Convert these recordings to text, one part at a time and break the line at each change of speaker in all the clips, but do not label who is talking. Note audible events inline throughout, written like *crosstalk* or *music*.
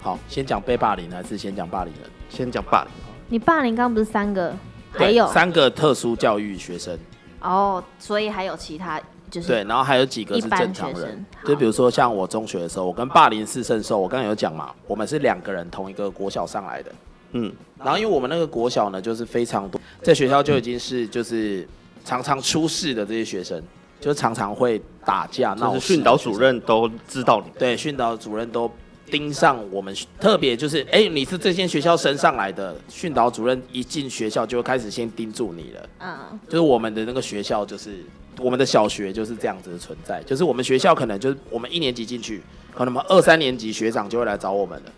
好，先讲被霸凌还是先讲霸凌人？
先讲霸凌，
你霸凌刚不是三个，
对
还有
三个特殊教育学生，
哦，所以还有其他就是
对，然后还有几个是
嗯一般
正常
学
人
生，
就
好
比如说像我中学的时候，我跟霸凌四圣兽，我刚刚有讲嘛，我们是两个人同一个国小上来的，
嗯，
然后因为我们那个国小呢，就是非常多，在学校就已经是就是常常出事的这些学生，就是常常会打架闹
就是
事。
训导主任都知道你，
对训导主任都盯上我们，特别就是哎、你是这间学校升上来的，训导主任一进学校就会开始先盯住你了。
嗯，
就是我们的那个学校，就是我们的小学就是这样子的存在，就是我们学校可能就是我们一年级进去，可能我们二三年级学长就会来找我们了。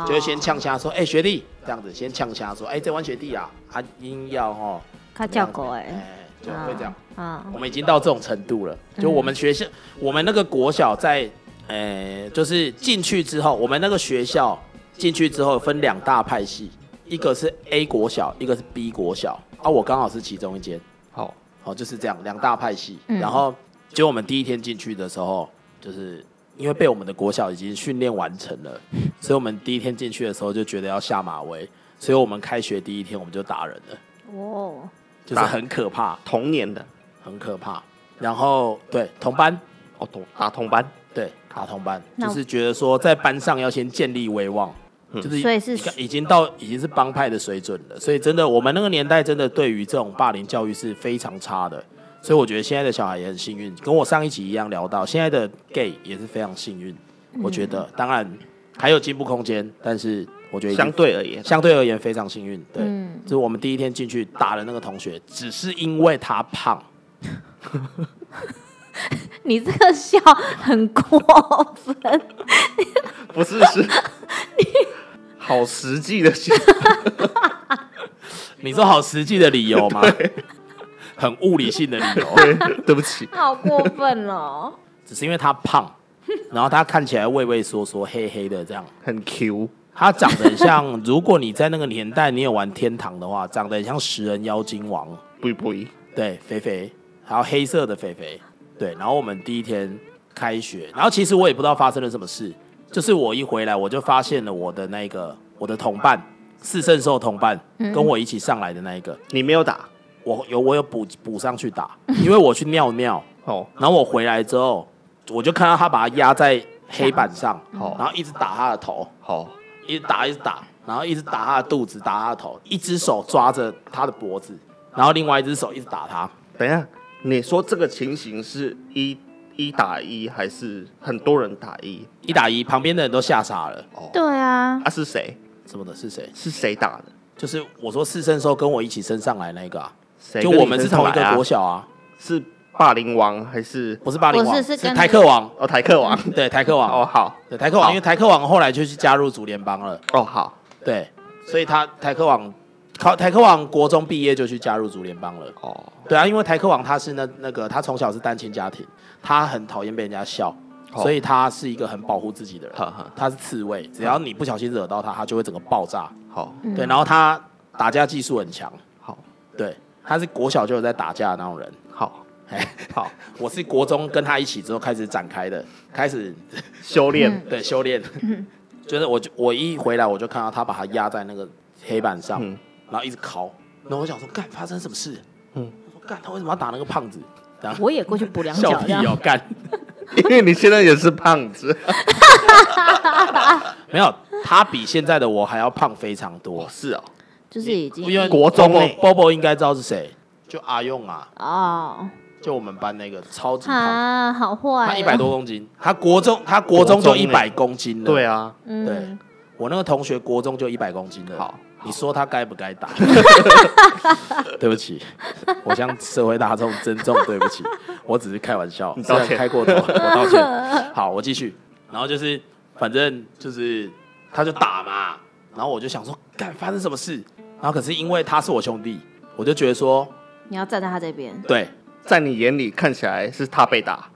哦
就会先呛瞎说，哎、学弟，这样子先呛瞎说，哎、这湾学弟啊，他硬要哦，
他叫狗哎，
怎么样怎么样哎就会这样。
啊，嗯
我们已经到这种程度了，就我们学校，我们那个国小在，呃，就是进去之后，我们那个学校进去之后分两大派系，一个是 A 国小，一个是 B 国小，啊，我刚好是其中一间，
好，
好、就是这样，两大派系。
嗯
然后，结果我们第一天进去的时候，就是因为被我们的国小已经训练完成了，所以我们第一天进去的时候就觉得要下马威，所以我们开学第一天我们就打人了，
哦，
就是很可怕，
同年的
很可怕。然后，对同班，
哦，同打同班，
对打同班，
那
就是觉得说在班上要先建立威望。就是
所以是嗯
你看已经到已经是帮派的水准了，所以真的我们那个年代真的对于这种霸凌教育是非常差的，所以我觉得现在的小孩也很幸运，跟我上一集一样聊到现在的 gay 也是非常幸运，
嗯
我觉得当然还有进步空间，但是我觉得已经
相对而言，
相对而言非常幸运，对，
嗯
就是我们第一天进去打了那个同学，只是因为他胖，
你这个笑很过分，
*laughs* 不是
*laughs*
是，好实际的形
你说好实际的理由吗？很物理性的理由，
容，对不起，
*laughs* 好过分哦，
只是因为他胖， *laughs* 然后他看起来畏畏缩缩、黑黑的这样。
很 Q，
他长得很像，如果你在那个年代你有玩天堂的话，长得很像食人妖精王，
不不一，
对，肥肥，还有黑色的肥肥，对。然后我们第一天开学，然后其实我也不知道发生了什么事，就是我一回来我就发现了我的那个我的同伴四圣兽同伴跟我一起上来的那一个，
你没有打
我有我有补补上去打，因为我去尿尿，
哦，
然后我回来之后，我就看到他把他压在黑板上，
嗯好
然后一直打他的头。
好，
一直打一直打，然后一直打他的肚子，打他的头，一只手抓着他的脖子，然后另外一只手一直打他。
等一下，你说这个情形是一一打一还是很多人打一？
一打一，旁边的人都吓傻了。
*laughs* 对啊，
啊，是谁？
什么的是谁？
是谁打的？
就是我说四圣兽跟我一起升上来那个、啊，
谁
就
跟你
我们是
身上
同一
来
个
啊
国小啊，
是霸凌王还是
不是霸凌王，
不是是跟
台客王，
哦台客王？
*laughs* 对台客王，
哦好
对台客王，
好
因为台客王后来就去加入竹联帮了，
哦好
对，所以他台客王考台客王国中毕业就去加入竹联帮了。
哦
对啊，因为台客王他是那那个他从小是单亲家庭，他很讨厌被人家笑，
哦
所以他是一个很保护自己的人。
呵呵
他是刺猬，只要你不小心惹到他，他就会整个爆炸。
好
对，然后他打架技术很强，
好
对，他是国小就有在打架的那种人。
好
哎， *laughs*
好
我是国中跟他一起之后开始展开的，开始
修炼
对修炼，
嗯
就是我就我一回来我就看到他把他压在那个黑板上，
嗯
然后一直敲，然后我想说干发生什么事？嗯
嗯，
我说干他为什么要打那个胖子？然后
我也过去补两
笑
脚这
屁
样，
哦，干！
*laughs* 因为你现在也是胖子，
*laughs* 没有，他比现在的我还要胖非常多
哦。是哦，
就是已经
因为
国中欸
Bobo, Bobo 应该知道是谁，就阿用啊，
哦，
就我们班那个超级胖，
啊，好坏
他
哦，
一百多公斤，他国中他国中就
国中欸
一百公斤了。
对啊，
对
嗯，，
我那个同学国中就一百公斤了。
好，
你说他该不该
*laughs*
打？对不起，我向社会大众尊重，对
*laughs*
不起，我只是开玩笑，
你道歉
虽然开过头，我道歉。 *laughs* 好，我继续。然后就是，反正就是，他就打嘛，然后我就想说，干发生什么事？然后可是因为他是我兄弟，我就觉得说，
你要站在他这边，
对，
在你眼里看起来是他被打，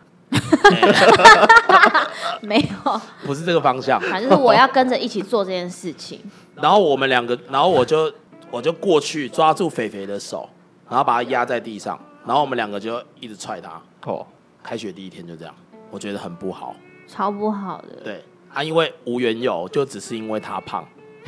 没有，
不是这个方向。
反正就是我要跟着一起做这件事情。
然后我们两个，然后我就我就过去抓住肥肥的手，然后把他压在地上，然后我们两个就一直踹他。
哦，
开学第一天就这样，我觉得很不好。
超不好的，
对啊，因为无缘由，就只是因为他胖，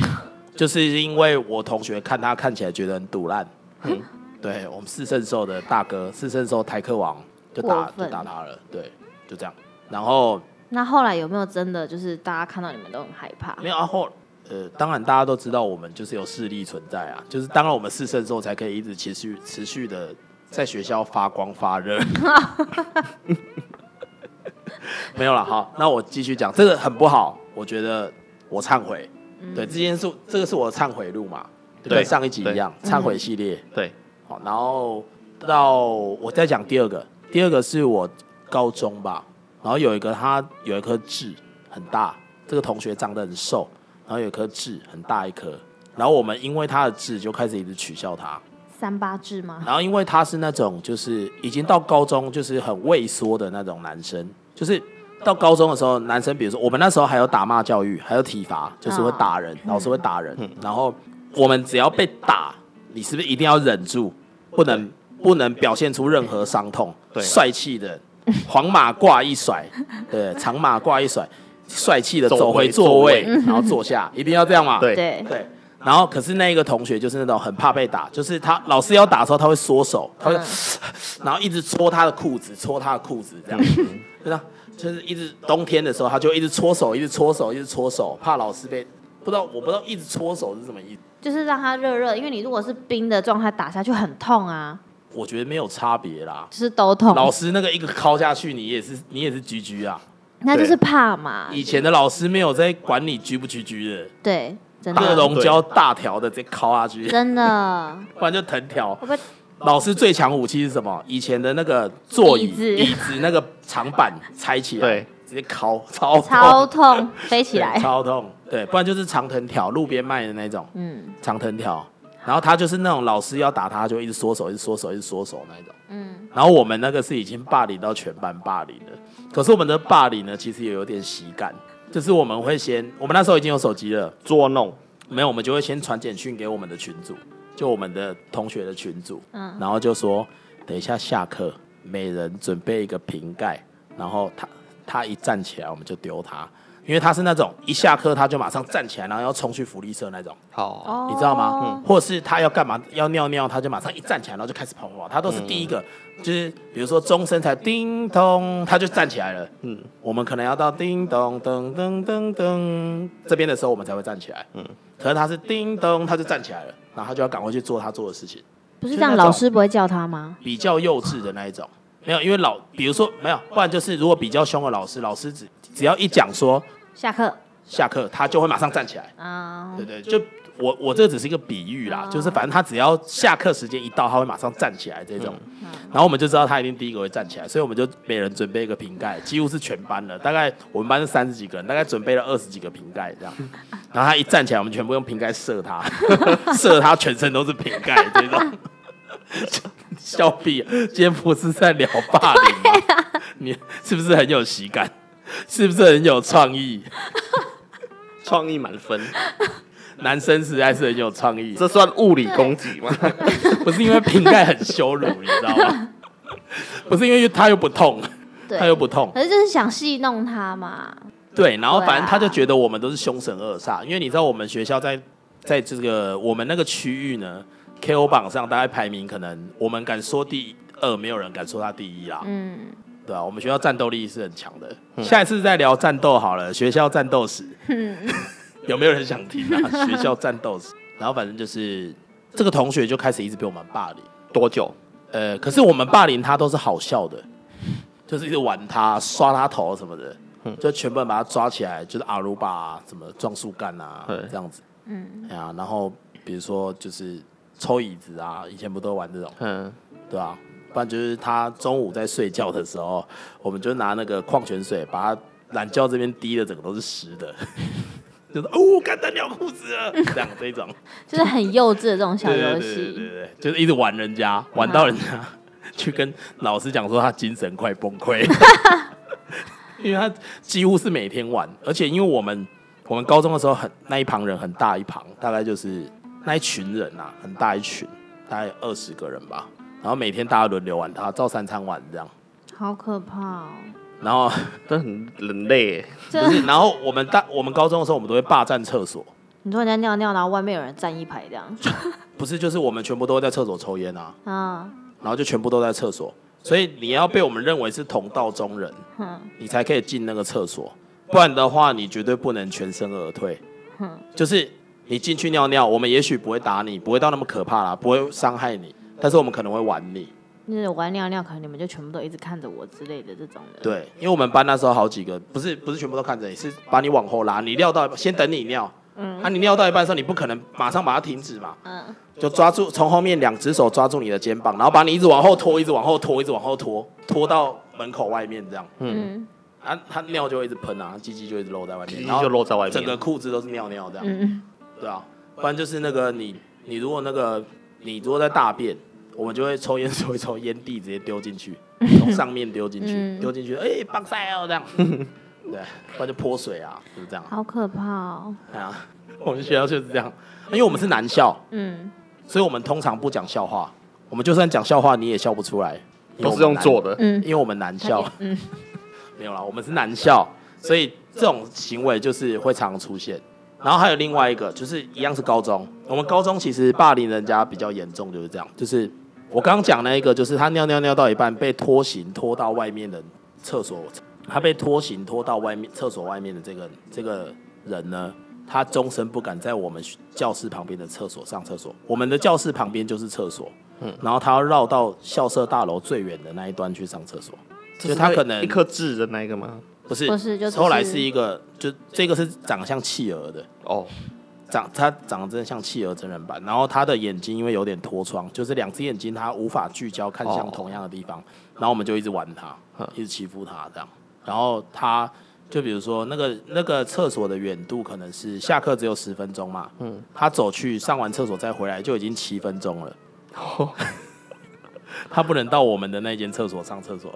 *laughs* 就是因为我同学看他看起来觉得很堵
*laughs*
烂。嗯对我们四圣兽的大哥，四圣兽台客王就打
过
就
分
打他了，对，就这样。然后
那后来有没有真的就是大家看到你们都很害怕？
没有啊后，呃，当然大家都知道我们就是有势力存在啊，就是当然我们四圣兽才可以一直持续持续的在学校发光发热。 *laughs* 没有了，好，那我继续讲，这个很不好，我觉得我忏悔，对，这件事这个是我的忏悔录嘛，就
对
跟上一集一样，忏悔系列。
对，
好，然后到我再讲第二个，第二个是我高中吧，然后有一个他有一颗痣很大，这个同学长得很瘦，然后有一颗痣很大一颗，然后我们因为他的痣就开始一直取笑他，
三八制吗？
然后因为他是那种就是已经到高中就是很畏缩的那种男生，就是到高中的时候，男生比如说我们那时候还有打骂教育，还有体罚，就是会打人，老师会打人，然后我们只要被打，你是不是一定要忍住，不能不能表现出任何伤痛，
对
帅气的黄马褂一甩，对，长马褂一甩，帅气的走回座位，
走
然后坐下，一定要这样嘛，
对
对，
对，然后可是那一个同学就是那种很怕被打，就是他老师要打的时候他会缩手，他
嗯
会，然后一直搓他的裤子，搓他的裤子这样，
嗯
*laughs* 真的就是一直冬天的时候他就一直搓手，一直搓手，一直搓手，怕老师被不知道我不知道一直搓手是什么意思，
就是让它热热，因为你如果是冰的状态打下去很痛啊，
我觉得没有差别啦。
就是都痛。
老师那个一个敲下去，你也是你也是居居啊！
那就是怕嘛，
以前的老师没有在管你居不居居的，
对，真
大
的，
龙胶大条的直接敲下去，
真的，
不然就藤条。
会不会
老师最强武器是什么？以前的那个座椅
椅子
椅子那个长板拆起来，
对，
直接敲，超痛
超痛，飞起
对
来？
超痛。对，不然就是长藤条，路边卖的那种
嗯
长藤条。然后他就是那种老师要打他，就一直缩手，一直缩手，一直缩手那一种。
嗯，
然后我们那个是已经霸凌到全班霸凌了，可是我们的霸凌呢，其实也有点喜感，就是我们会先，我们那时候已经有手机了，
捉弄，
没有，我们就会先传简讯给我们的群组，就我们的同学的群组，
嗯
然后就说等一下下课，每人准备一个瓶盖，然后他他一站起来我们就丢他，因为他是那种一下课他就马上站起来，然后要冲去福利社那种，
好，
你知道
哦
吗？嗯或者是他要干嘛要尿尿，他就马上一站起来，然后就开始跑跑跑，他都是第一个，就是比如说钟声才叮咚，他就站起来了，嗯，我们可能要到叮咚噔噔噔噔这边的时候，我们才会站起来，嗯，可是他是叮咚，他就站起来了，然后他就要赶快去做他做的事情。
不是这样，老师不会叫他吗？
比较幼稚的那一种，没有，因为老，比如说没有，不然就是如果比较凶的老师，老师只只要一讲说
下课
下课，他就会马上站起来。
啊，
对对，就我我这只是一个比喻啦，就是反正他只要下课时间一到，他会马上站起来这种，然后我们就知道他一定第一个会站起来，所以我们就每人准备一个瓶盖，几乎是全班了，大概我们班是三十几个人，大概准备了二十几个瓶盖这样，然后他一站起来，我们全部用瓶盖射他， *laughs* 射他全身都是瓶盖这种。笑屁、啊！今天不是在聊霸凌吗？你是不是很有喜感？是不是很有创意？
创意满分，
男生实在是很有创意。
*laughs* 这算物理攻击吗？
*laughs* 不是因为瓶盖很羞
*laughs*
辱，你知道吗？不是因为它又不痛，
对
它，又不痛，
可是就是想戏弄他嘛，
对。然后
对啊
反正他就觉得我们都是凶神恶煞，
啊
因为你知道我们学校在在这个我们那个区域呢，KO 榜上大概排名可能我们敢说第二，没有人敢说他第一啦，
嗯，
对啊，我们学校战斗力是很强的。下一次再聊战斗好了，学校战斗史。
嗯
*laughs* 有没有人想听啊？学校战斗史。然后反正就是这个同学就开始一直被我们霸凌。
*laughs* 多久？
呃，可是我们霸凌他都是好笑的，就是一直玩他、刷他头什么的，就全部人把他抓起来，就是阿鲁巴、啊、什么撞树干啊
对
这样子。嗯，哎呀、然后比如说就是抽椅子啊，以前不都玩这种，
嗯，
对啊，不然就是他中午在睡觉的时候，我们就拿那个矿泉水把他懒觉这边滴的整个都是湿的， *laughs* 就是哦，我干他尿裤子了，这样这种，
就是很幼稚的这种小
对对
游
对对对
戏。嗯
对，就是一直玩人家，玩到人家去跟老师讲说他精神快崩
*laughs*
溃，因为他几乎是每天玩，而且因为我们我们高中的时候很那一旁人很大一旁，大概就是那一群人啊，很大一群，大概二十个人吧，然后每天大家轮流玩他，照三餐玩这样，
好可怕哦！
然
*laughs*
后。
但很人类欸，
这
不是，然后我们大我们高中的时候，我们都会霸占厕所，
你说人家尿尿，然后外面有人站一排
*laughs*
这样，
不是就是我们全部都会在厕所抽烟啊，
嗯
然后就全部都在厕所，所以你要被我们认为是同道中人，
哼
你才可以进那个厕所，不然的话你绝对不能全身而退。
哼，
就是你进去尿尿，我们也许不会打你，不会到那么可怕啦，不会伤害你，但是我们可能会玩你。
就是玩尿尿，可能你们就全部都一直看着我之类的这种的。
对，因为我们班那时候好几个，不是不是全部都看着你，是把你往后拉，你尿到一半先等你尿，嗯，啊，你尿到一半的时候，你不可能马上把它停止嘛，嗯，就抓住从后面两只手抓住你的肩膀，然后把你一直往后拖，一直往后拖，一直往后拖，拖到门口外面这样，
嗯，
啊，他尿就会一直喷啊，鸡鸡就一直露在外面，
鸡鸡
然后
就露在外
整个
面。
裤子都是尿尿这样，
嗯嗯，
对啊，不然就是那个你你如果那个你如果在大便，我们就会抽烟抽一抽，烟蒂直接丢进去，
*laughs*
从上面丢进去，
嗯
丢进去，哎、棒塞哦这样，对，不然就泼水啊，就是这样
好可怕哦。
啊。我们学校就是这样，因为我们是男校，
嗯，
所以我们通常不讲笑话，我们就算讲笑话你也笑不出来，因为
都
我
是
们
用
男
做的，
嗯
因为我们男校，
嗯，
没有啦，我们是男校，所以这种行为就是会常出现。然后还有另外一个，就是一样是高中，我们高中其实霸凌人家比较严重，就是这样，就是我刚刚讲那一个，就是他尿尿尿到一半被拖行拖到外面的厕所，他被拖行拖到外面厕所外面的这个这个人呢，他终身不敢在我们教室旁边的厕所上厕所。我们的教室旁边就是厕所，嗯，然后他要绕到校舍大楼最远的那一端去上厕所，
就
就他可能
一颗痣的那一个吗？
不是
不是就只是
后来是一个，就这个是长得像企鹅的，
哦，
长他长得真的像企鹅真人版，然后他的眼睛因为有点脱窗，就是两只眼睛他无法聚焦看向
哦
同样的地方，然后我们就一直玩他，一直欺负他这样，然后他就比如说那个那个厕所的远度可能是下课只有十分钟嘛，嗯，他走去上完厕所再回来就已经七分钟了，他不能到我们的那间厕所上厕所，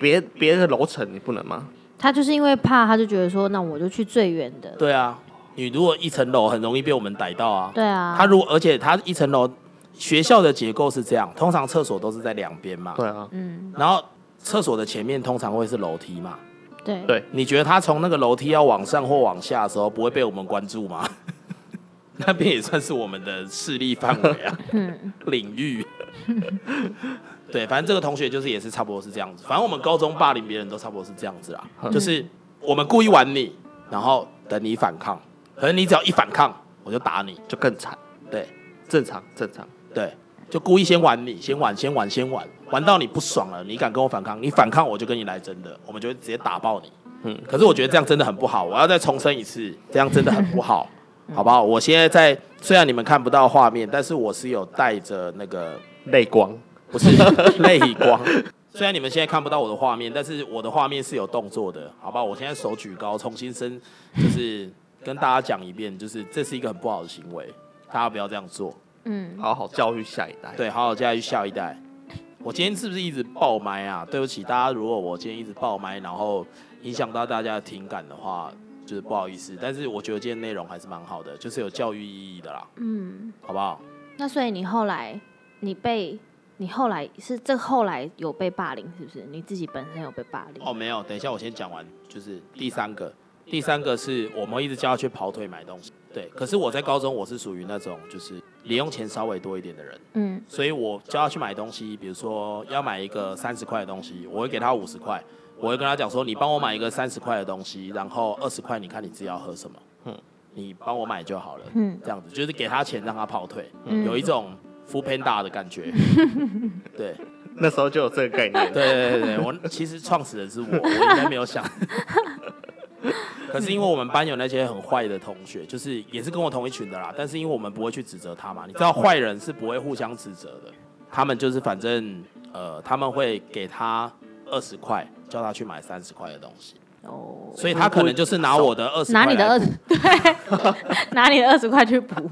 别别的楼层你不能吗？
他就是因为怕，他就觉得说，那我就去最远的。
对啊，你如果一层楼很容易被我们逮到啊，
对啊，
它如果而且它一层楼学校的结构是这样，通常厕所都是在两边嘛，
对啊，
嗯，
然后厕所的前面通常会是楼梯嘛。
对
对
你觉得他从那个楼梯要往上或往下的时候，不会被我们关注吗？ *laughs* 那边也算是我们的势力范围啊，领域。对，反正这个同学就是也是差不多是这样子。反正我们高中霸凌别人都差不多是这样子啦，啊就是我们故意玩你，然后等你反抗，可能你只要一反抗，我就打你。
就更惨，
对，
正常正常。
对，就故意先玩你，先玩，先玩，先玩，玩到你不爽了，你敢跟我反抗，你反抗我就跟你来真的，我们就会直接打爆你。嗯，可是我觉得这样真的很不好，我要再重申一次，这样真的很不好，好不好？我现在在，虽然你们看不到画面，但是我是有带着那个
泪光，
不是 *laughs* 泪光。虽然你们现在看不到我的画面，但是我的画面是有动作的，好吧？我现在手举高，重新伸，就是跟大家讲一遍，就是这是一个很不好的行为，大家不要这样做。
嗯，
好好教育下一代。，
对，好好教育下一代。我今天是不是一直爆麦啊？对不起大家，如果我今天一直爆麦，然后影响到大家的听感的话，就是不好意思。但是我觉得今天内容还是蛮好的，就是有教育意义的啦，
嗯。
好不好？
那所以你后来，你被你后来是这后来有被霸凌，是不是？你自己本身有被霸凌？
哦，没有，等一下我先讲完，就是第三个，第三个是我们会一直叫他去跑腿买东西。对，可是我在高中我是属于那种就是零用钱稍微多一点的人，
嗯
所以我叫他去买东西，比如说要买一个三十块的东西，我会给他五十块，我会跟他讲说，你帮我买一个三十块的东西，然后二十块你看你自己要喝什么，嗯，你帮我买就好了，
嗯
这样子就是给他钱让他跑腿，
嗯
有一种 f o o Panda 的感
*laughs*
觉，对
那时候就有这个概念。
对对对对，我其实创始人是我，我应该没有
*laughs*
想。可是因为我们班有那些很坏的同学，就是也是跟我同一群的啦，但是因为我们不会去指责他嘛，你知道坏人是不会互相指责的，他们就是反正呃他们会给他二十块，叫他去买三十块的东西，
哦，
所以他可能就是拿我的二十，
拿你的二，十，对，
*laughs*
拿你的二十块去补，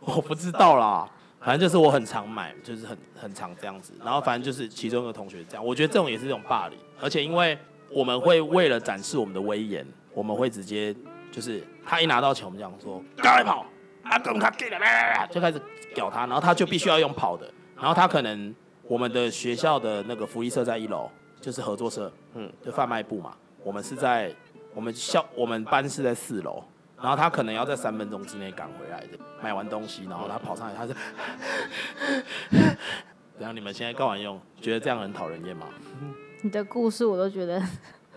我不知道啦。反正就是我很常买，就是很很常这样子。然后反正就是其中一个同学这样，我觉得这种也是一种霸凌，而且因为我们会为了展示我们的威严，我们会直接就是他一拿到钱，我们讲说赶快跑，啊，跟他给了，来来来就开始屌他，然后他就必须要用跑的，然后他可能我们的学校的那个福利社在一楼，就是合作社，嗯，就贩卖部嘛，我们是在我们校我们班是在四楼。然后他可能要在三分钟之内赶回来的，买完东西，然后他跑上来，他是， *laughs* 然后你们现在干完用，觉得这样很讨人厌吗？
*laughs* 你的故事我都觉得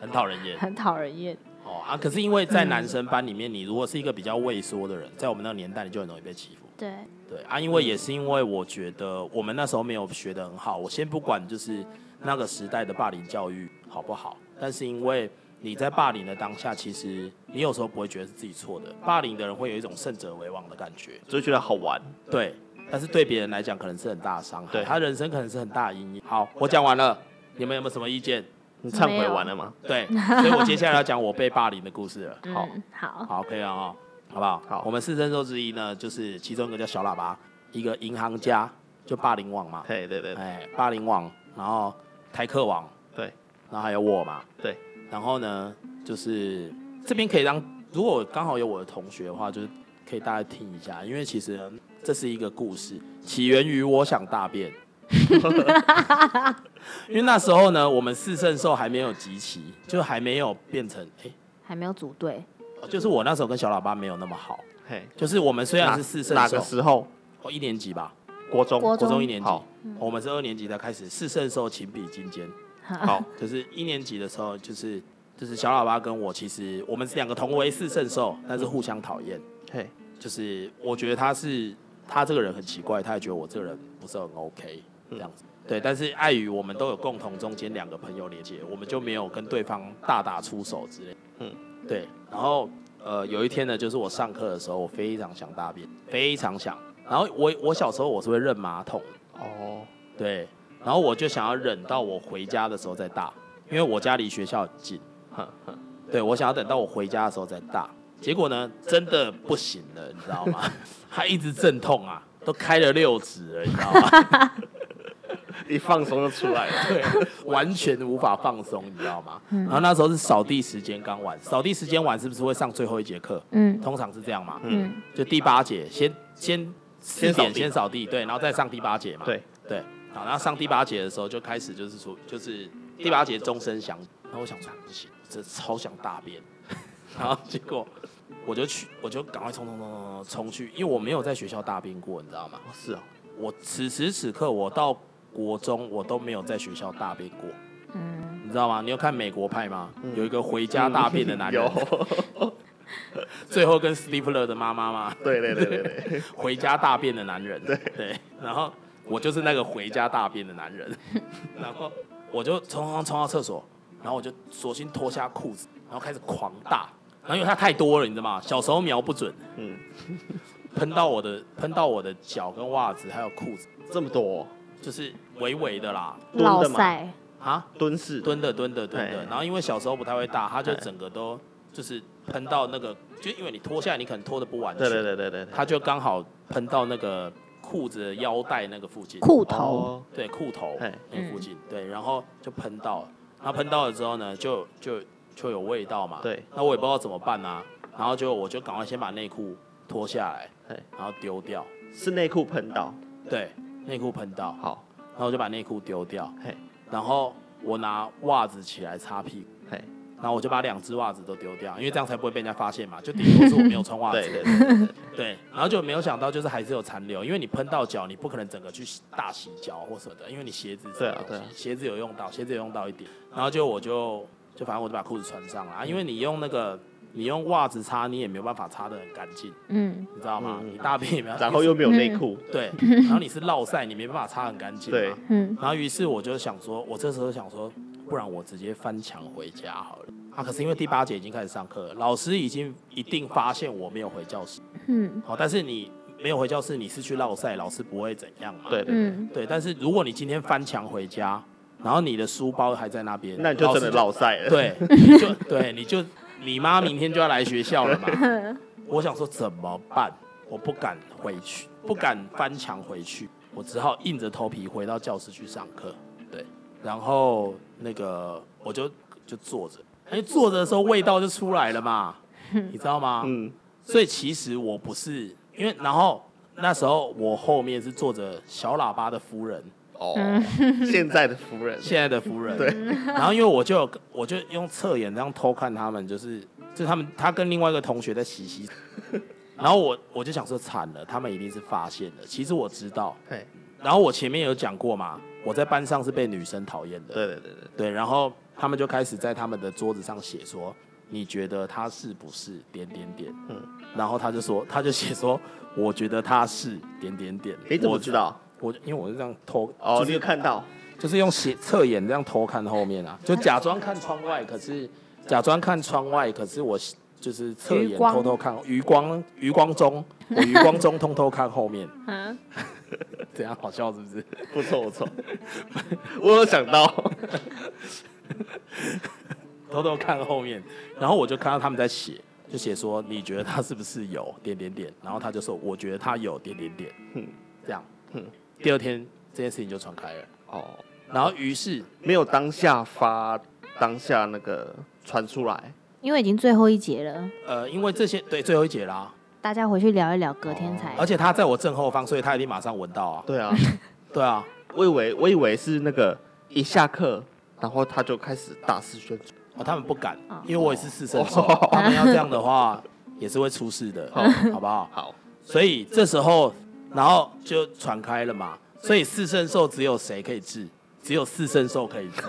很讨人厌
很讨人厌。
哦啊！可是因为在男生班里面，你如果是一个比较畏缩的人，在我们那个年代，你就很容易被欺负。
对，
对啊，因为也是因为我觉得我们那时候没有学得很好，我先不管就是那个时代的霸凌教育好不好，但是因为你在霸凌的当下，其实你有时候不会觉得是自己错的，霸凌的人会有一种胜者为王的感觉，
就觉得好玩。
对，但是对别人来讲可能是很大的伤害，
对
他人生可能是很大的阴影。好，我讲完了，你们有没有什么意见？
你忏
没
悔
有
完了吗？
对，所以我接下来要讲我被霸凌的故事了。好，
嗯，好，
好，可以了哦，好不好？
好
我们四神兽之一呢，就是其中一个叫小喇叭，一个银行家，就霸凌网嘛，
对对对
哎，霸凌网，然后台客网，
对，
然后还有我嘛，
对，
然后呢，就是这边可以让，如果刚好有我的同学的话，就是可以大家听一下，因为其实呢这是一个故事，起源于我想大便。 *laughs* 因为那时候呢，我们四圣兽还没有集齐，就还没有变成，哎、
还没有组队，
就是我那时候跟小喇叭没有那么好，
嘿，
就是我们虽然
哪
是四圣
啊哪
兽
个，时候？
哦一年级吧，
国中。
国
国中一年级
好，
我们是二年级才开始四圣兽情比金坚，
好，
就是一年级的时候，就是就是小喇叭跟我，其实我们是两个同为四圣兽，但是互相讨厌。
嘿，
就是我觉得他是他这个人很奇怪，他也觉得我这个人不是很 OK 这样子。对，但是碍于我们都有共同中间两个朋友连接，我们就没有跟对方大打出手之类。嗯
嗯，
对。然后呃，有一天呢，就是我上课的时候，我非常想大便，非常想。然后我我小时候我是会认马桶的，
哦，
对，然后我就想要忍到我回家的时候再大，因为我家离学校很近，
哼哼，
对我想要等到我回家的时候再大。结果呢，真的不行了，你知道吗？ *laughs* 他一直阵痛啊，都开了六指了，你知道吗？ *laughs*
一放松就出来 *laughs* 了。
对，完全无法放松，你知道吗？然后那时候是扫地时间刚完，扫地时间完是不是会上最后一节课？
嗯
通常是这样嘛，
嗯，
就第八节先先四
先扫
点
地
先扫地，对，然后再上第八节嘛。
对，
对，好，然后上第八节的时候就开始就是说，就是第八节钟声响，然后我想说不行，这超想大便，然后结果我就去，我就赶快冲冲冲冲冲冲去，因为我没有在学校大便过，你知道吗？
哦是哦，
我此时此刻我到国中我都没有在学校大便过，
嗯，
你知道吗？你有看美国派吗？有一个回家大便的男人，
有，
最后跟 Stifler 的妈妈嘛，
*laughs* 对对对对对，
回家大便的男人，对然后我就是那个回家大便的男人， *laughs* 然后我就冲冲冲到厕所，然后我就索性脱下裤子，然后开始狂大，然后因为它太多了，你知道吗？小时候瞄不准，
嗯，
喷到我的喷到我的脚跟袜子还有裤子，
这么多哦
就是微微的啦，
蹲
嗯老
的嘛
塞，
啊，
蹲式，
蹲的蹲的蹲的，
哎
然后因为小时候不太会大，它就
哎
整个都就是喷到那个，就因为你脱下来你可能脱的不完全，
对对对对对对，
它就刚好喷到那个裤子的腰带那个附近，
裤头，
哦，
对裤头
嘿嗯
那附近，对，然后就喷到了，然后喷到了之后呢，就就就有味道嘛，
对，
那我也不知道怎么办啊，然后就我就赶快先把内裤脱下来
嘿，
然后丢掉，
是内裤喷到，
对，内裤喷到，
好，
然后我就把内裤丢掉，
嘿，
然后我拿袜子起来擦屁股。
嘿，
然后我就把两只袜子都丢掉，因为这样才不会被人家发现嘛。就顶多是我没有穿袜子，
对对对，
对，然后就没有想到就是还是有残留，因为你喷到脚，你不可能整个去洗大洗脚或什么的，因为你鞋子是
对啊嗯
有东西
对啊
鞋子有用到，鞋子有用到一点，然后就我就就反正我就把裤子穿上
嗯
了，啊因为你用那个你用袜子擦，你也没有办法擦的很干净，
嗯，
你知道吗？
嗯嗯
你大便也没有，
然后又没有内裤，
*laughs*
嗯
对，然后你是落晒，你没办法擦很干净，
对，
嗯，
然后于是我就想说，我这时候想说，不然我直接翻墙回家好了。啊，可是因为第八节已经开始上课了，老师已经一定发现我没有回教室。
嗯，
好，但是你没有回教室，你是去绕赛，老师不会怎样嘛？
对对对，
嗯，
对，但是如果你今天翻墙回家，然后你的书包还在那边，
嗯那你就真的
老师
落赛了。，
对，你就对，你就你妈明天就要来学校了嘛。我想说怎么办？我不敢回去，不敢翻墙回去，我只好硬着头皮回到教室去上课。对，然后那个我就就坐着，哎，坐着的时候味道就出来了嘛，你知道吗？
嗯，
所以其实我不是因为，然后那时候我后面是坐着小喇叭的夫人，
哦， *laughs* 现在的夫人，
现在的夫人。
对，
然后因为我就有我就用侧眼这样偷看他们，就是就是他们他跟另外一个同学在洗洗，然后我我就想说惨了，他们一定是发现了。其实我知道，
嘿
然后我前面有讲过嘛，我在班上是被女生讨厌的，
对对对对，
对，然后他们就开始在他们的桌子上写说，你觉得他是不是点点点？嗯
嗯，
然后他就说，他就写说，我觉得他是点点点。
你怎么
我
知？道？
我因为我是这样偷，
哦
就，是
你有看到？
就是用斜侧眼这样偷看后面
*laughs*
啊，就假装看窗外，可是假装看窗外，可是我就是侧
余
眼
光
偷偷
*laughs*
看，余光余光中，我余光中偷偷看后
*laughs*
面，
啊
嗯，
*laughs* 这样好笑是不是？
不错不错， *laughs* 我有想 *laughs* 到，
偷偷看后面，然后我就看到他们在写，就写说你觉得他是不是有点点点，然后他就说我觉得他有点点点，
嗯
这样，
嗯
第二天这件事情就传开了，
哦，
然后于是
没有当下发，当下那个传出来，
因为已经最后一节了，
呃，因为这些对最后一节啦，
大家回去聊一聊，隔天才。 *laughs*
而且他在我正后方，所以他一定马上闻到啊，
对啊，
对啊。
我以为我以为是那个一下课，然后他就开始大肆宣传，
哦，他们不敢
哦，
因为我也是四圣手
哦，
他们要这样的话也是会出事的，好不好？
*laughs* 好，
所以这时候，然后就传开了嘛。所以四圣兽只有谁可以治？只有四圣兽可以治，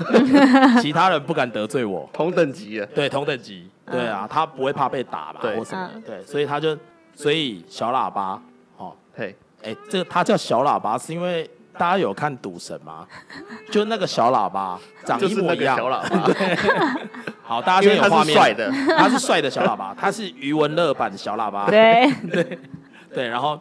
其他人不敢得罪我。
同等级了，
对，同等级，对啊，他不会怕被打嘛，
对
或什么的。
嗯
对，所以他就，所以小喇叭，哦，
嘿，
哎、这个他叫小喇叭，是因为大家有看赌神吗？就那个小喇叭长
就
一
是那
模
个
一样，
小喇叭，
好，大家
*laughs* 因
先
为
有
他
画
是
面。
帅的，
*laughs* 他是帅的小喇叭，他是余文乐版的小喇叭。
对，
对，然后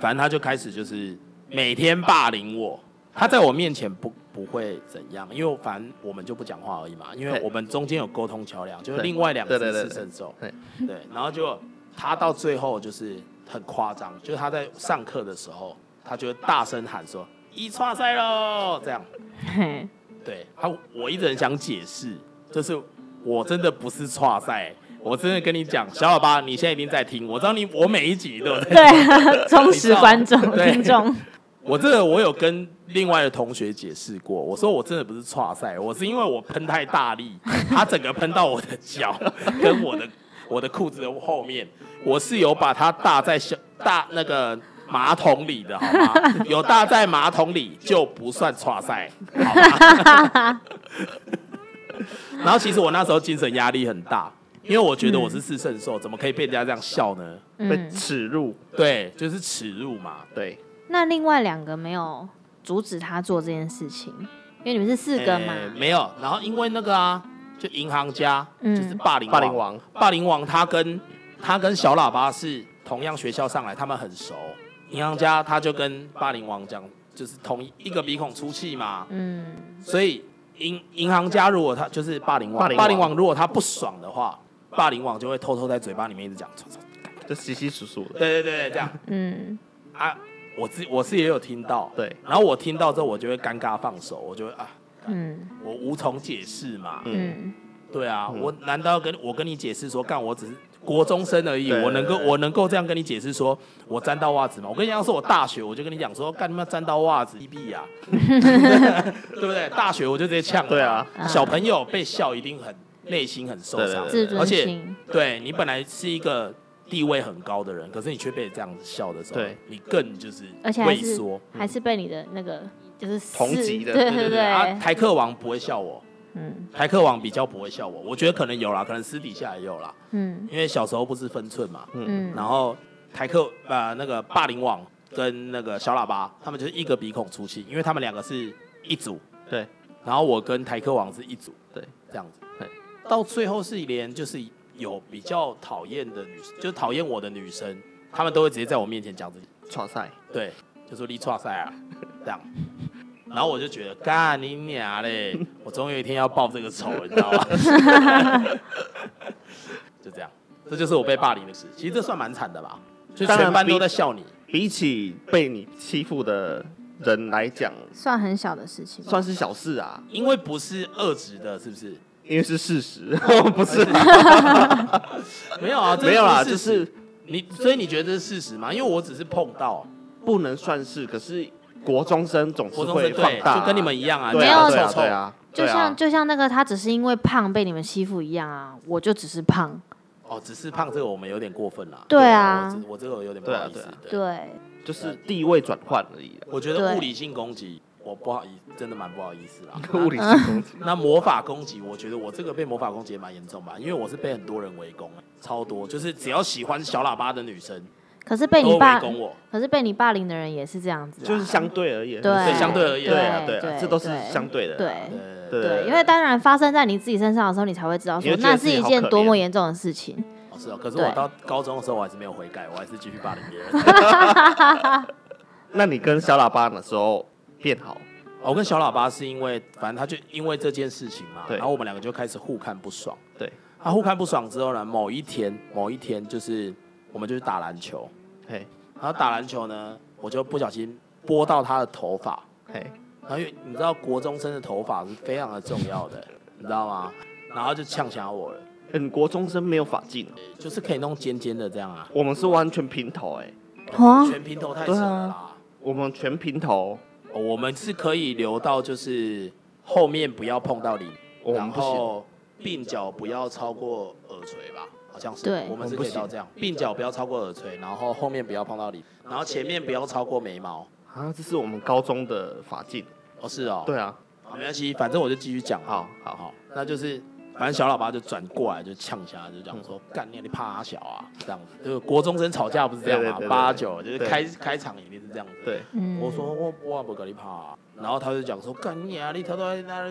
反正他就开始就是每天霸凌我。他在我面前不不会怎样，因为反正我们就不讲话而已嘛，因为
对
我们中间有沟通桥梁，就是
对
另外两只
对对对
是
对
圣兽，
嘿，
对，然后就他到最后就是很夸张，就是他在上课的时候，他就会大声喊说“一串赛喽”这样，
嘿
对他，我一直很想解释，就是我真的不是跨赛，我真的跟你讲，小喇叭，你现在已经在听，我知道你，我每一集对不对？
*laughs* 对啊，忠实观众
对
听众，
我这个我有跟另外的同学解释过，我说我真的不是跨赛，我是因为我喷太大力，他整个喷到我的脚跟我的我的裤子的后面，我是有把它搭在小大那个。马桶里的好吗？有搭在马桶里就不算跨赛，好吗？ *laughs* 然后其实我那时候精神压力很大，因为我觉得我是四圣兽，怎么可以被人家这样笑呢？
被
嗯，
耻辱，
对，就是耻辱嘛。
对，
那另外两个没有阻止他做这件事情，因为你们是四个嘛，
呃没有。然后因为那个啊，就银行家，
嗯
就是霸凌
霸凌，王，
霸凌王他跟他跟小喇叭是同样学校上来，他们很熟。银行家他就跟霸凌王讲，就是同一一个鼻孔出气嘛，
嗯，
所以银银行家如果他就是霸凌王，
霸凌王
如果他不爽的话，霸凌王就会偷偷在嘴巴里面一直讲，唰唰
就稀稀疏疏的，
对对对，这样
嗯，
*laughs* 啊，我自我是也有听到，
对，
然后我听到之后，我就会尴尬放手，我就会啊，
嗯，
我无从解释嘛，
嗯，
嗯，
对啊，
嗯
我难道要跟我跟你解释说，干我只是国中生而已，
对
我能够
对对
我能够这样跟你解释说，我沾到袜子吗？我跟你讲，说我大学我就跟你讲说，干你妈沾到袜子，一屁
*laughs*
呀，对不对？大学我就直接呛了，
对啊，
嗯
小朋友被笑一定很内心很受伤，
自
对
而
尊
且
心，
对你本来是一个。地位很高的人，可是你却被这样子笑的时候
对，
你更就是
而且还
畏
是
缩。
还是被你的那个就是四
同级的
对
对对
对
对
啊，台客王不会笑我，
嗯
台客王比较不会笑我，我觉得可能有啦，可能私底下也有啦，
嗯
因为小时候不知分寸嘛。
嗯，
然后台客呃那个霸凌网跟那个小喇叭，他们就是一个鼻孔出气，因为他们两个是一组，
对，
然后我跟台客王是一组，
对，
这样子
对，
到最后是连就是有比较讨厌的女，就讨厌我的女生，他们都会直接在我面前讲自己，
闯赛，
对，就说你错赛啊，这样。然后我就觉得，干你娘嘞！我总有一天要报这个仇，你知道吗？ *laughs* 就这样，这就是我被霸凌的事。其实这算蛮惨的吧，就
当然
全班
比
都在笑你。
比起被你欺负的人来讲，
算很小的事情，
算是小事啊，
因为不是二职的，是不是？
因为是事实， *laughs* 不是啊
没有啊，这
没有啦，
是
就
事实
是
你，所以你觉得这是事实吗？因为我只是碰到，
不能算是，可是国中生总是
国中
会
生
放
对，
大啊，
就跟你们一样啊，
对
讲
啊
得
对啊
臭臭
对啊，
就
对啊
像就像那个他只是因为胖被你们欺负一样啊，我就只是胖，
哦，只是胖这个我们有点过分啦。
对啊
我只我这个有点不好意
对
思
啊。
对，
对，
就是地位转换而已啊，。
我觉得
对
物理性攻击，我不好意，真的蛮不好意思
*laughs*
啦
*laughs* 物理性攻击。
那魔法攻击，我觉得我这个被魔法攻击也蛮严重吧，因为我是被很多人围攻，超多，就是只要喜欢小喇叭的女生
可是被
都
你
围
霸，
攻我。
可是被你霸凌的人也是这样子、啊，
就是相对而言，
对
相对而言
对啊，对
对
啊，这都是
对
相对的啊，
对
呃，
对
对，因为当然发生在你自己身上的时候，你才会知道
你
说
会觉得
那
自
是
己
一
好
件
可
多么
怜
严重的事情。
哦是哦，可是我
对
到高中的时候，我还是没有悔改，我还是继续霸凌别人。 *laughs*
那你跟小喇叭的时候变好，
哦我跟小喇叭是因为，反正他就因为这件事情嘛，
对
然后我们两个就开始互看不爽。
对，
他互看不爽之后呢，某一天，某一天就是我们就去打篮球，
嘿，
然后打篮球呢，我就不小心拨到他的头发，
嘿，
然后因为你知道国中生的头发是非常的重要的，你知道吗？然后就呛响我了，
欸你国中生没有法镜哦，
就是可以弄尖尖的这样啊，
我们是完全平头，哎，
哇
全平头太扯了
对啊
啦。
我们全平头，
哦我们是可以留到就是后面不要碰到你，
哦我
然
们不行，
后鬓角不要超过耳垂吧，好像是。
对
我们是可以到这样，鬓角不要超过耳垂，然后后面不要碰到你，然后前面不要超过眉毛。
啊，这是我们高中的法镜，
哦，是哦。
对啊，
好，没关系，反正我就继续讲。
好
好好，那就是。反正小喇叭就转过来就呛一下，就讲
嗯
说干你，你怕小啊？这样子，就是国中生吵架不是这样
对
嘛
对对？对
八九就是
对
开开场一定是这样子。
对，
嗯，
我说我我不跟你怕、啊，然后他就讲说干你啊，你头头那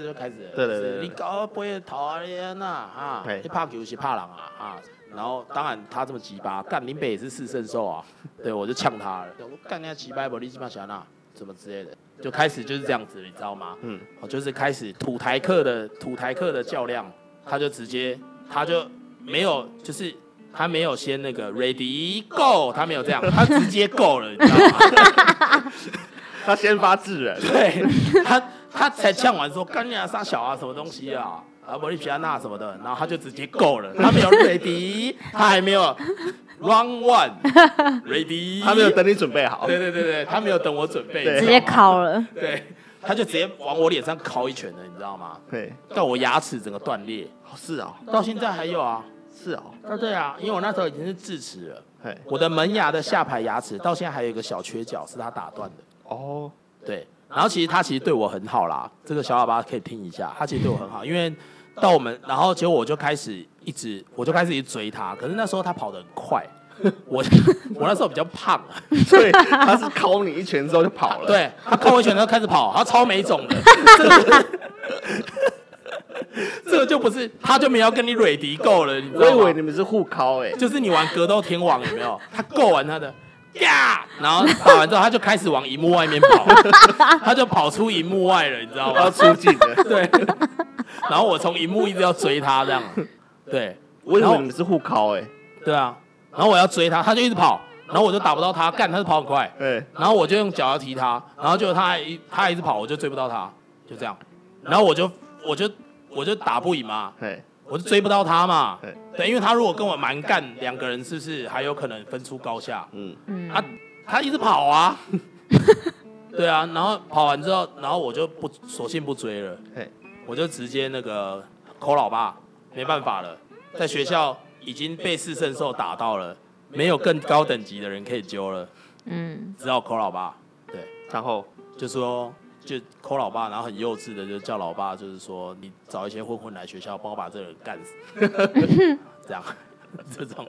就开始了，
对对对
就是
对
你搞不会逃啊你啊那啊
对，
你怕球是怕人啊啊，然后当然他这么鸡巴，干林北也是四圣兽啊，对我就呛他了，我说干你啊鸡巴不你鸡巴想那什么之类的，就开始就是这样子，你知道吗？
嗯，
我哦就是开始土台客的土台客的较量，他就直接他就没有就是。他没有先那个 ready go，他没有这样，他直接 go 了，你知道吗？ *laughs*
他先发制人，
对他，他才呛完说干你啊，傻小啊，什么东西啊，啊，伯利皮亚纳什么的，然后他就直接够了，他没有 ready，他 *laughs* 还没有 round one *laughs* ready，
*laughs* 他没有，等你准备好，
对对对对，他没有等我准备，
对
你
直
知道
接
吗，
烤了，
对，他就直接往我脸上敲一拳了，你知道吗？
对，
到我牙齿整个断裂，
哦是哦，
到现在还有啊，
是哦，
啊对啊，因为我那时候已经是智齿了，
嘿，
我的门牙的下排牙齿到现在还有一个小缺角，是他打断的。
哦，
对，然后其实他其实对我很好啦，这个小喇叭可以听一下，他其实对我很好，因为到我们，然后结果我就开始一直，我就开始一直追他，可是那时候他跑得很快， *laughs* 我我那时候比较胖 *laughs* 啊，
所以他是敲你一拳之后就跑了，，
对他扣我一拳，他开始跑，他超没种的， *laughs* 这个这个就不是，他就没有跟你蕊迪够了，你知
我以
道
为
吗
你？们是互敲，哎，
就是你玩格斗天王有没有？他够完他的。呀！然后打完之后，他就开始往荧幕外面跑，他就跑出荧幕外了，你知道
我
吗
要？出镜了，
对，然后我从荧幕一直要追他这样，对，
我以
然
为
后
你们是互敲，哎，
对啊，然后我要追他，他就一直跑，然后我就打不到他，干，他就跑很快，
对，
然后我就用脚要踢他，然后结果他还一他还一直跑，我就追不到他，就这样，然后我就我就我就打不赢嘛，
嘿，
我就追不到他嘛
对，
对，因为他如果跟我蛮干，两个人是不是还有可能分出高下？
嗯，
嗯，
啊，他一直跑啊， *laughs* 对啊，然后跑完之后，然后我就不索性不追了
嘿，
我就直接那个抠老爸，没办法了，在学校已经被四圣兽打到了，没有更高等级的人可以揪了，
嗯，
只好抠老爸，对，
然后
就说。就抠老爸，然后很幼稚的就叫老爸，就是说你找一些混混来学校，帮我把这个人干死， *laughs* 这样这种。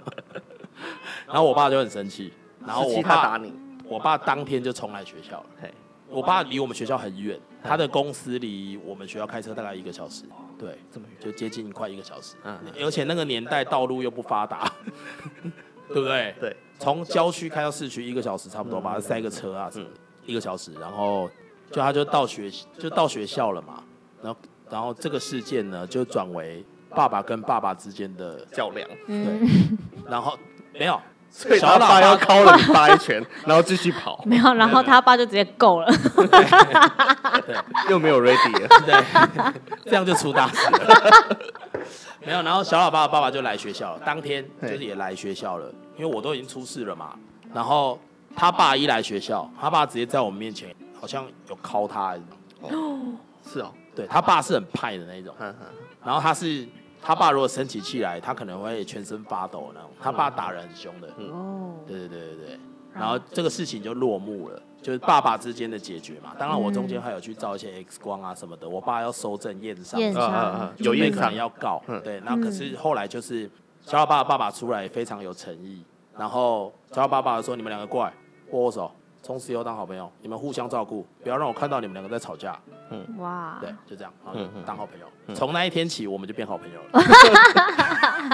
然后我爸就很生气，然后
是
我
其他
爸
打你，
我爸当天就冲来学校了
嘿。
我爸离我们学校很远，他的公司离我们学校开车大概一个小时，对，
这么远，
就接近快一个小时。
嗯
而且那个年代道路又不发
*laughs*
达，对不对？
对，嗯
从郊区开到市区一个小时差不多吧，塞个车啊什么的，一个小时。然后就他就到学就到学校了嘛，然后然后这个事件呢就转为爸爸跟爸爸之间的，
较量，
嗯然后没有
所以
小
他
喇叭
爸要敲了你爸一拳，然后继续跑，
没有，然后他爸就直接够了，
又没有 ready 了，
这样就出大事了。 *laughs* 没有，然后小喇叭的爸爸就来学校了，当天就是也来学校了，因为我都已经出事了嘛。然后他爸一来学校，他爸直接在我们面前好像有敲他还是什么，
是哦，
对他爸是很派的那一种。
嗯嗯，
然后他是他爸如果生起气来，他可能会全身发抖那种。他
嗯
爸打人很凶的，
哦，
对对对对对。然后这个事情就落幕了，就是爸爸之间的解决嘛。当然我中间还有去照一些 X 光啊什么的，我爸要收证验伤，
验
啊啊啊，有
有
印
可能
象，
要告
嗯，
对。那可是后来就是小老爸的爸爸出来非常有诚意，然后小老爸爸说：“你们两个过来握握手，从此以后当好朋友，你们互相照顾，不要让我看到你们两个在吵架。”
哇，
对，就这样，然后
嗯
就
嗯
当好朋友。从那一天起，我们就变好朋友了。
*laughs*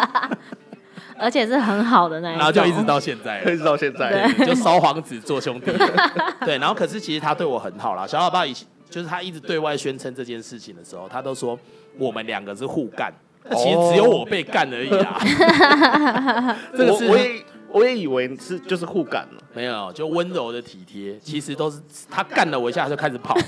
而且是很好的那一种，
然后就一直到现在了，
一直到现在，
对，就烧黄子做兄弟。 *laughs* 对，然后可是其实他对我很好啦。小老爸以前就是他一直对外宣称这件事情的时候，他都说我们两个是互干，那其实只有我被干而已啦。 *laughs* 这个
我
是
我也我也以为是就是互感了，
没有，就温柔的体贴，其实都是他干了我一下就开始跑。 *laughs*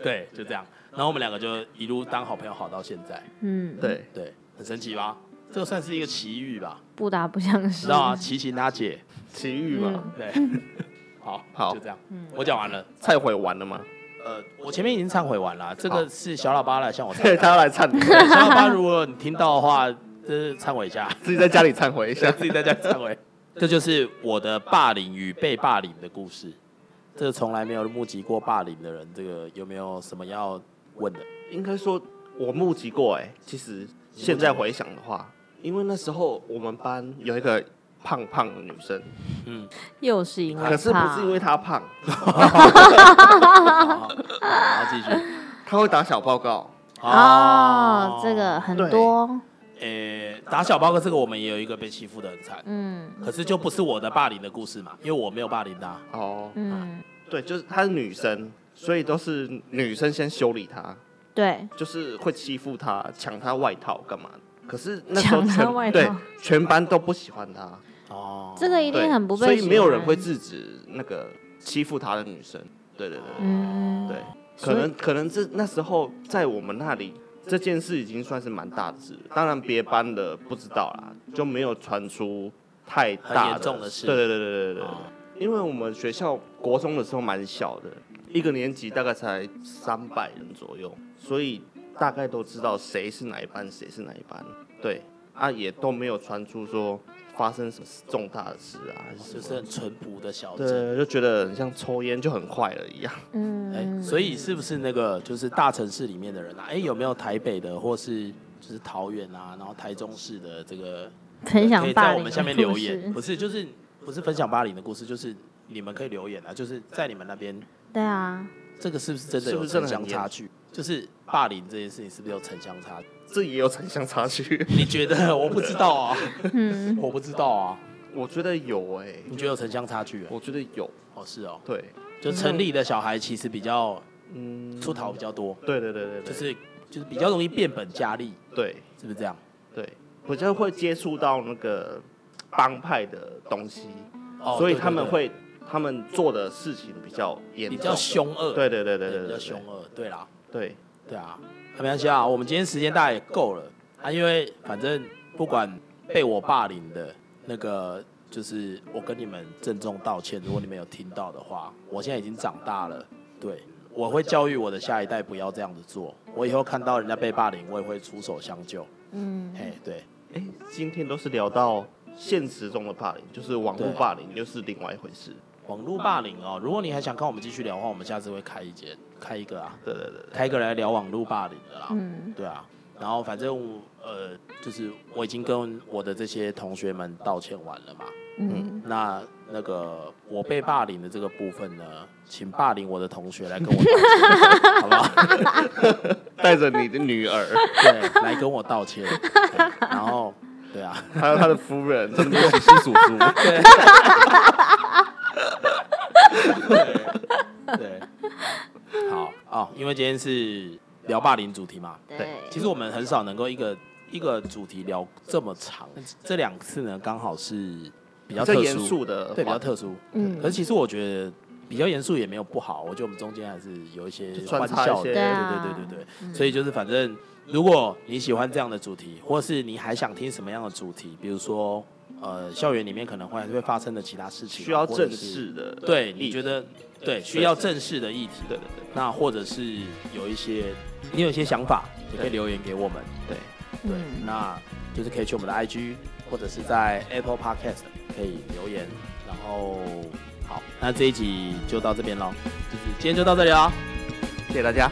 对，就这样。然后我们两个就一路当好朋友，好到现在。
嗯，
对，
对，很神奇吧？这个算是一个奇遇吧，
不打不相
你
识
知，
啊
道吗？奇情他姐，
奇遇嘛，
对，
嗯
*laughs* 好，
好
就这样，我讲完了。
忏悔完了吗？
呃，我前面已经忏悔完了，这个
好
是小喇叭来向我忏 *laughs*
对，
悔。
*laughs* 他要来忏悔，
对小喇叭，如果你听到的话，就是忏悔一 *laughs* 下，
自己在家里忏悔一下，
自己在家忏悔。 *laughs* 这就是我的霸凌与被霸凌的故事。这从来没有目击过霸凌的人，这个有没有什么要问的？
应该说，我目击过哎、其实现在回想的话，因为那时候我们班有一个胖胖的女生，
又是因为怕，
可是不是因为她胖，
好，然后继续。 *laughs*
她会打小报告。
哦，这个很
对
多，
呃，打小报告这个我们也有一个被欺负的很惨，
嗯
可是就不是我的霸凌的故事嘛，因为我没有霸凌他。
哦，
嗯，
对，就是她是女生，所以都是女生先修理她，
对，
就是会欺负她，抢她外套干嘛的。可是那时候
抢她外
全
套
对全班都不喜欢她，
哦，
这个一定
对，
很不被，
所以没有人会，制止那个欺负她的女生。对对对对。
哦
嗯，
对，
所
可
以
能可能这那时候在我们那里这件事已经算是蛮大的事了，当然别班的不知道啦，就没有传出太大
很严重的事
对对对对对对对
哦
因为我们学校国中的时候蛮小的，一个年级大概才三百人左右，所以大概都知道谁是哪一班，谁是哪一班。对，啊也都没有传出说发生什么重大的事啊，还是
就
什
是
么。
很淳朴的小镇。
对，就觉得很像抽烟就很快啊了一样。
哎、
嗯，
所以是不是那个就是大城市里面的人啊？哎、有没有台北的或是就是桃园啊，然后台中市的这个
很
可
想
以
霸
在
凌，
我们下面留言，，不是就是不是分享霸凌的故事，就是你们可以留言啊，就是在你们那边
对啊，
这个是不是真的
是不
有
是真
城
的很
乡差距？就是霸凌这件事情是不是有城乡差距？
这也有城乡差
*laughs*
距。
你觉
*laughs*
得？我不知道啊，
嗯，
我不知道啊。
我觉得有哎、
你觉得有城乡差距啊？
我觉得有，
哦，是哦，
对，
嗯
就城里的小孩其实比较
嗯，
出逃比较多，
对对对对对，
就是就是比较容易变本加厉，
对
是不是这样？
对，我就会接触到那个帮派的东西，
哦，
所以
对
他们
对对
会他们做的事情比较严
比
重，
较凶恶，
对对对对
对
对
比较
对，
凶恶，对啦，
对，
对啊，没关系啊，我们今天时间大概也够了啊，因为反正不管被我霸凌的那个，就是我跟你们郑重道歉，如果你们有听到的话，我现在已经长大了，对。我会教育我的下一代不要这样子做。我以后看到人家被霸凌，我也会出手相救。
嗯，
哎，对，
哎，今天都是聊到现实中的霸凌，就是网络
对
霸凌又是另外一回事，
网络霸凌哦，如果你还想看我们继续聊的话，我们下次会开一节，开一个啊，
对对对对，
开一个来聊网络霸凌的啦。
嗯，
对啊，然后反正我呃，就是我已经跟我的这些同学们道歉完了嘛。
嗯，
那那个我被霸凌的这个部分呢，请霸凌我的同学来跟我道歉，好不好？
带着你的
*laughs*
女儿
对，来跟我道歉。对然后，对啊， *laughs*
还有他的夫人，真的是稀稀疏疏，
哦因为今天是聊霸凌主题嘛，
对，
其实我们很少能够一个一个主题聊这么长，这两次呢刚好是比较
这
特殊
严肃的，
对，比较，特殊。
嗯
可是其实我觉得比较严肃也没有不好，我觉得我们中间还是有一些
就穿
欢
插
笑
一
的，
些
对
嗯
对啊
对对对对。所以就是反正，如果你喜欢这样的主题，或是你还想听什么样的主题，比如说呃校园里面可能会会发生的其他事情，
需要
啊或者
正
是，
视的。
对，你觉得对需要正式的议题，
对对对
那或者是有一些你有一些想法，也可以
对
留言给我们。
对，
嗯，
那就是可以去我们的 IG 或者是在 Apple Podcast 可以留言。然后好，那这一集就到这边喽，就是今天就到这里喽，
谢谢大家。